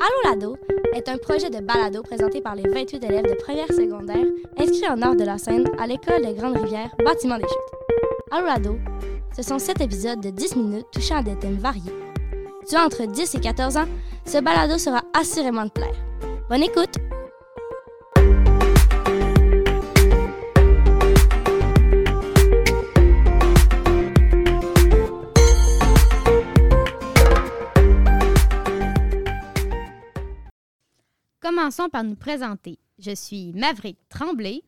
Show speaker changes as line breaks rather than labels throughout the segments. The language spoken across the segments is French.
Allons l'ado est un projet de balado présenté par les 28 élèves de première secondaire inscrits en nord de la Seine à l'école de Grande-Rivière, bâtiment des chutes. Allons l'ado, ce sont 7 épisodes de 10 minutes touchant à des thèmes variés. Tu as entre 10 et 14 ans, ce balado sera assurément de plaire. Bonne écoute!
Commençons par nous présenter. Je suis Maverick Tremblay.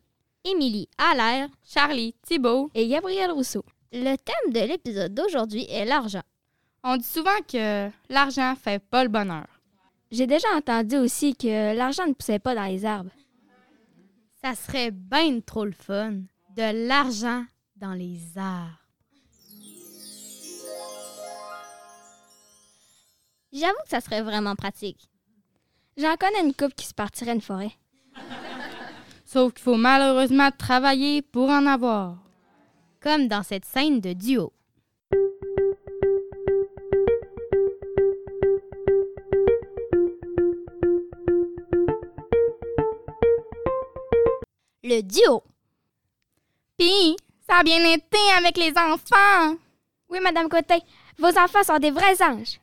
Émilie Allaire, Charlie Thibault.
et Gabriel Rousseau.
Le thème de l'épisode d'aujourd'hui est l'argent.
On dit souvent que l'argent fait pas le bonheur.
J'ai déjà entendu aussi que l'argent ne poussait pas dans les arbres.
Ça serait bien trop le fun. De l'argent dans les arts.
J'avoue que ça serait vraiment pratique.
J'en connais une couple qui se partirait une forêt.
Sauf qu'il faut malheureusement travailler pour en avoir.
Comme dans cette scène de duo.
Le duo!
Puis, ça a bien été avec les enfants.
Oui, Madame Côté, vos enfants sont des vrais anges.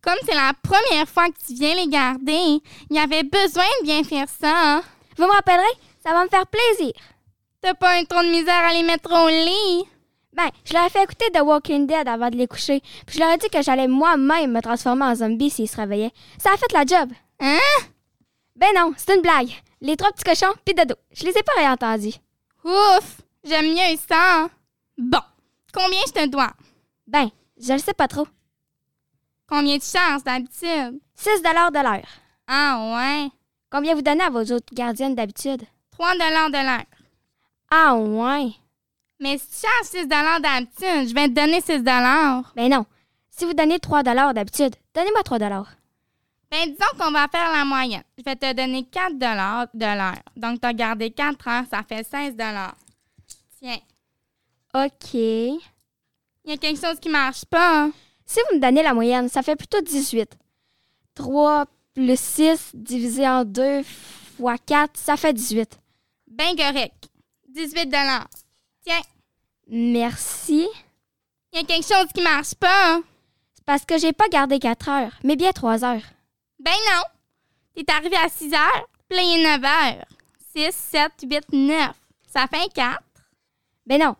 Comme c'est la première fois que tu viens les garder, il y avait besoin de bien faire ça.
Vous me rappellerez? Ça va me faire plaisir.
T'as pas un trop de misère à les mettre au lit.
Ben, je leur ai fait écouter The Walking Dead avant de les coucher, puis je leur ai dit que j'allais moi-même me transformer en zombie s'ils se réveillaient. Ça a fait la job.
Hein?
Ben non, c'est une blague. Les trois petits cochons, puis dodo. Je les ai pas réentendus.
Ouf, j'aime mieux ça. Bon, combien je te dois?
Ben, je le sais pas trop.
Combien tu charges d'habitude?
6 dollars de l'heure.
Ah ouais,
Combien vous donnez à vos autres gardiennes d'habitude?
3 dollars de l'heure.
Ah, ouais.
Mais si tu charges 6 d'habitude, je vais te donner 6
Ben non. Si vous donnez 3 dollars d'habitude, donnez-moi 3 dollars.
Ben disons qu'on va faire la moyenne. Je vais te donner 4 de l'heure. Donc, t'as gardé 4 heures, ça fait 16 Tiens,
OK. Si
il y a quelque chose qui marche pas.
vous me donnez la moyenne, ça fait plutôt 18. 3 plus 6 divisé en 2 fois 4, ça fait 18.
Ben correct. 18 Tiens,
Merci.
il y a quelque chose qui marche pas.
C'est parce que j'ai pas gardé 4 heures, mais bien 3 heures.
Ben non. T'es arrivé à 6 heures, puis là, il est 9 heures. 6, 7, 8, 9. Ça fait 4.
Ben non.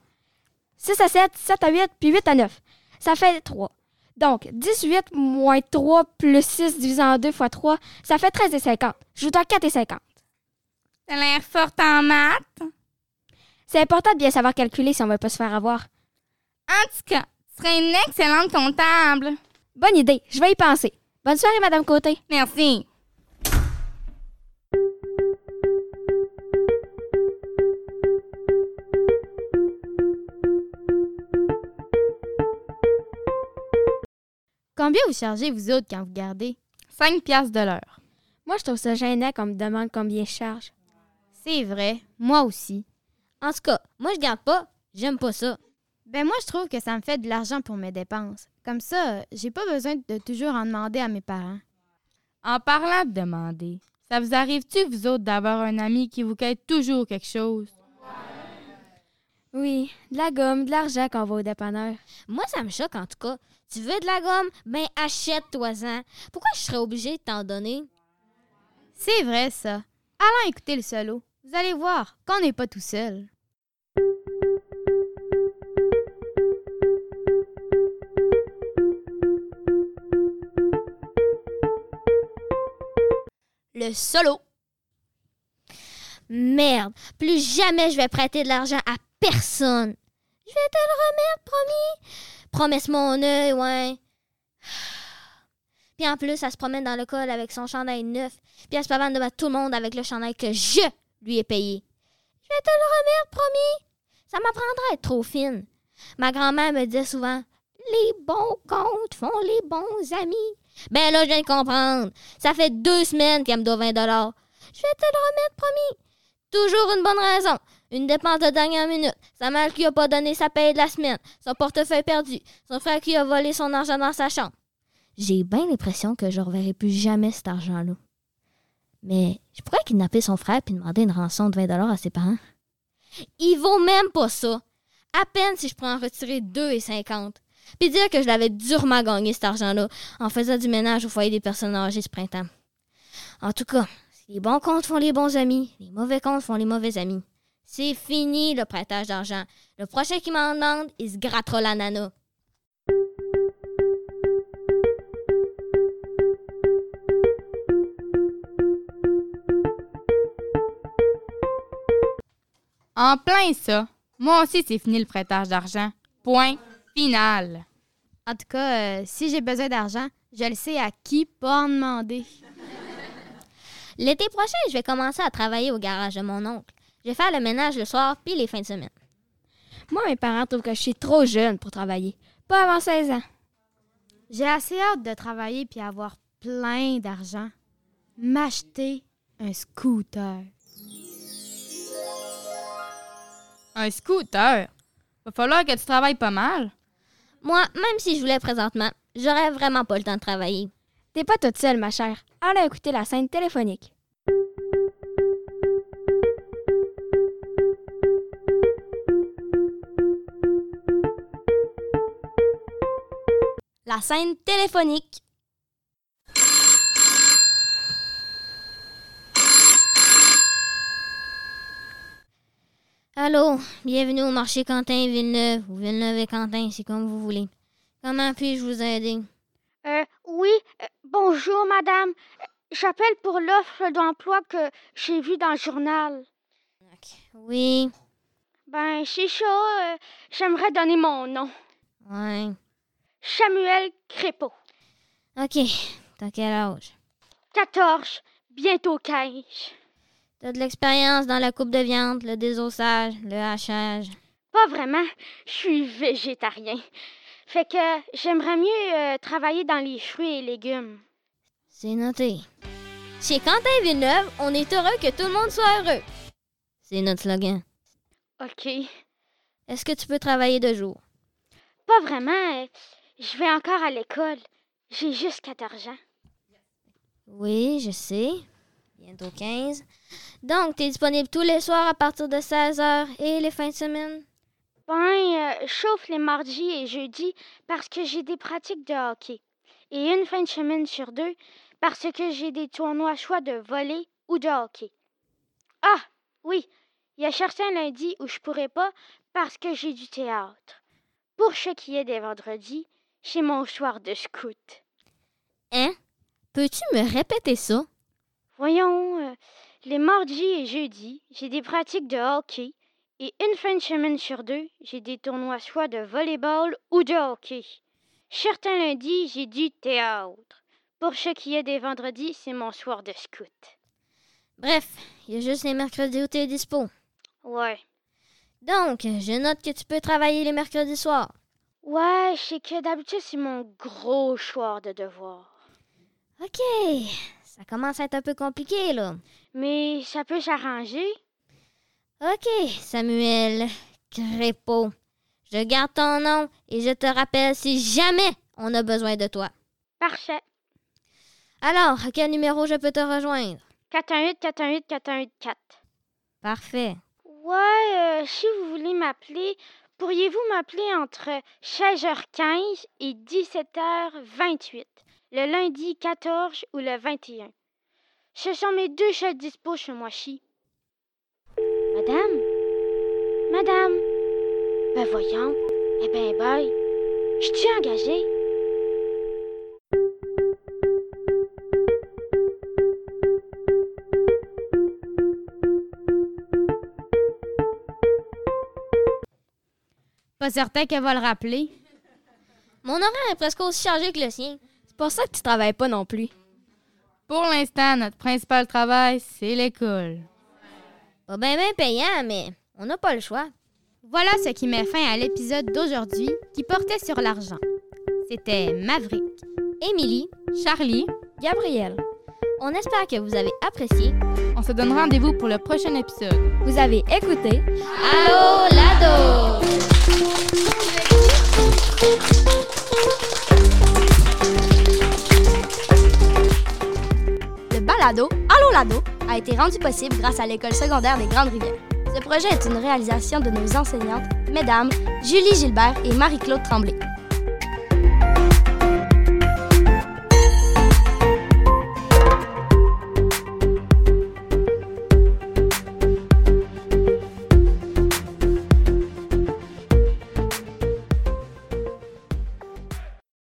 6 à 7, 7 à 8, puis 8 à 9. Ça fait 3. Donc, 18 moins 3 plus 6 divisé en 2 fois 3, ça fait 13 et 50. Je vous dois 4 et 50.
T'as l'air forte en maths.
C'est important de bien savoir calculer si on veut pas se faire avoir.
En tout cas, tu serais une excellente comptable.
Bonne idée, je vais y penser. Bonne soirée, Madame Côté.
Merci.
Combien vous chargez vous autres quand vous gardez?
5 piastres de l'heure.
Moi, je trouve ça gênant qu'on me demande combien je charge.
C'est vrai, moi aussi.
En tout cas, moi je garde pas, j'aime pas ça.
Ben moi je trouve que ça me fait de l'argent pour mes dépenses. Comme ça, j'ai pas besoin de toujours en demander à mes parents.
En parlant de demander, ça vous arrive-tu, vous autres, d'avoir un ami qui vous quête toujours quelque chose?
Oui, de la gomme, de l'argent qu'on va au dépanneur.
Moi ça me choque en tout cas. Tu veux de la gomme? Ben achète-toi-en. Pourquoi je serais obligée de t'en donner?
C'est vrai ça. Allons écouter le solo. Vous allez voir qu'on n'est pas tout seul.
Le solo!
Merde, plus jamais je vais prêter de l'argent à personne. Je vais te le remettre, promis. Promesse mon œil, ouais. Puis en plus, elle se promène dans le col avec son chandail neuf. Puis elle se pavane devant tout le monde avec le chandail que je lui ai payé. Je vais te le remettre, promis. Ça m'apprendra à être trop fine. Ma grand-mère me disait souvent Les bons comptes font les bons amis. Ben là, je viens de comprendre. Ça fait deux semaines qu'elle me doit 20 Je vais te le remettre, promis. Toujours une bonne raison. Une dépense de dernière minute. Sa mère qui a pas donné sa paye de la semaine. Son portefeuille perdu. Son frère qui a volé son argent dans sa chambre. J'ai bien l'impression que je reverrai plus jamais cet argent-là. Mais je pourrais kidnapper son frère puis demander une rançon de 20 à ses parents. Il vaut même pas ça. À peine si je pourrais en retirer 2,50. Puis dire que je l'avais durement gagné cet argent-là en faisant du ménage au foyer des personnes âgées ce printemps. En tout cas, si les bons comptes font les bons amis, les mauvais comptes font les mauvais amis. C'est fini le prêtage d'argent. Le prochain qui m'en demande, il se grattera la nana.
En plein ça. Moi aussi, c'est fini le prêtage d'argent. Point final.
En tout cas, euh, si j'ai besoin d'argent, je le sais à qui pas en demander.
L'été prochain, je vais commencer à travailler au garage de mon oncle. Je vais faire le ménage le soir puis les fins de semaine.
Moi, mes parents trouvent que je suis trop jeune pour travailler. Pas avant 16 ans.
J'ai assez hâte de travailler puis avoir plein d'argent. M'acheter un scooter.
Un scooter. Va falloir que tu travailles pas mal.
Moi, même si je voulais présentement, j'aurais vraiment pas le temps de travailler.
T'es pas toute seule, ma chère. Allons écouter la scène téléphonique.
La scène téléphonique.
Allô, bienvenue au marché Quentin et Villeneuve, ou Villeneuve et Quentin, c'est comme vous voulez. Comment puis-je vous aider?
Euh, oui, euh, bonjour madame. Euh, J'appelle pour l'offre d'emploi que j'ai vue dans le journal.
Oui,
Ben, c'est ça, euh, j'aimerais donner mon nom.
ouais.
Samuel Crépeau,
OK, t'as quel âge?
14, bientôt 15.
T'as de l'expérience dans la coupe de viande, le désossage, le hachage.
Pas vraiment, je suis végétarien. Fait que j'aimerais mieux euh, travailler dans les fruits et légumes.
C'est noté. Chez Quentin Villeneuve, on est heureux que tout le monde soit heureux. C'est notre slogan.
OK.
Est-ce que tu peux travailler de jour?
Pas vraiment, euh, je vais encore à l'école. J'ai juste 14 ans.
Oui, je sais. Bientôt 15. Donc, t'es disponible tous les soirs à partir de 16h et les fins de semaine?
Ben, euh, sauf les mardis et jeudis parce que j'ai des pratiques de hockey. Et une fin de semaine sur deux parce que j'ai des tournois à choix de volley ou de hockey. Ah, oui, il y a certains lundis où je pourrais pas parce que j'ai du théâtre. Pour ce qui est des vendredis, c'est mon soir de scout.
Hein? Peux-tu me répéter ça?
Voyons, euh, les mardis et jeudis, j'ai des pratiques de hockey. Et une fin de semaine sur deux, j'ai des tournois soit de volleyball ou de hockey. Certains lundis, j'ai du théâtre. Pour ce qui est des vendredis, c'est mon soir de scout.
Bref, il y a juste les mercredis où t'es dispo.
Ouais.
Donc, je note que tu peux travailler les mercredis soirs.
Ouais, c'est que d'habitude, c'est mon gros soir de devoir.
OK. Ça commence à être un peu compliqué, là.
Mais ça peut s'arranger.
OK, Samuel Crépeau. Je garde ton nom et je te rappelle si jamais on a besoin de toi.
Parfait.
Alors, à quel numéro je peux te rejoindre?
418 418 414.
Parfait.
Ouais, euh, si vous voulez m'appeler, pourriez-vous m'appeler entre 16h15 et 17h28, le lundi 14 ou le 21? Ce sont mes deux chats dispo ce mois-ci. Madame? Madame? Ben voyons. Eh ben, bye. Je suis engagée.
Pas certain qu'elle va le rappeler.
Mon horaire est presque aussi chargé que le sien.
C'est pour ça que tu travailles pas non plus.
Pour l'instant, notre principal travail, c'est l'école.
Pas bien bien payant, mais on n'a pas le choix.
Voilà ce qui met fin à l'épisode d'aujourd'hui qui portait sur l'argent. C'était Maverick.
Émilie,
Charlie,
Gabriel,
on espère que vous avez apprécié.
on se donne rendez-vous pour le prochain épisode.
vous avez écouté
Allô, Lado!
balado Allô Lado a été rendu possible grâce à l'école secondaire des Grandes Rivières. Ce projet est une réalisation de nos enseignantes, mesdames Julie Gilbert et Marie-Claude Tremblay.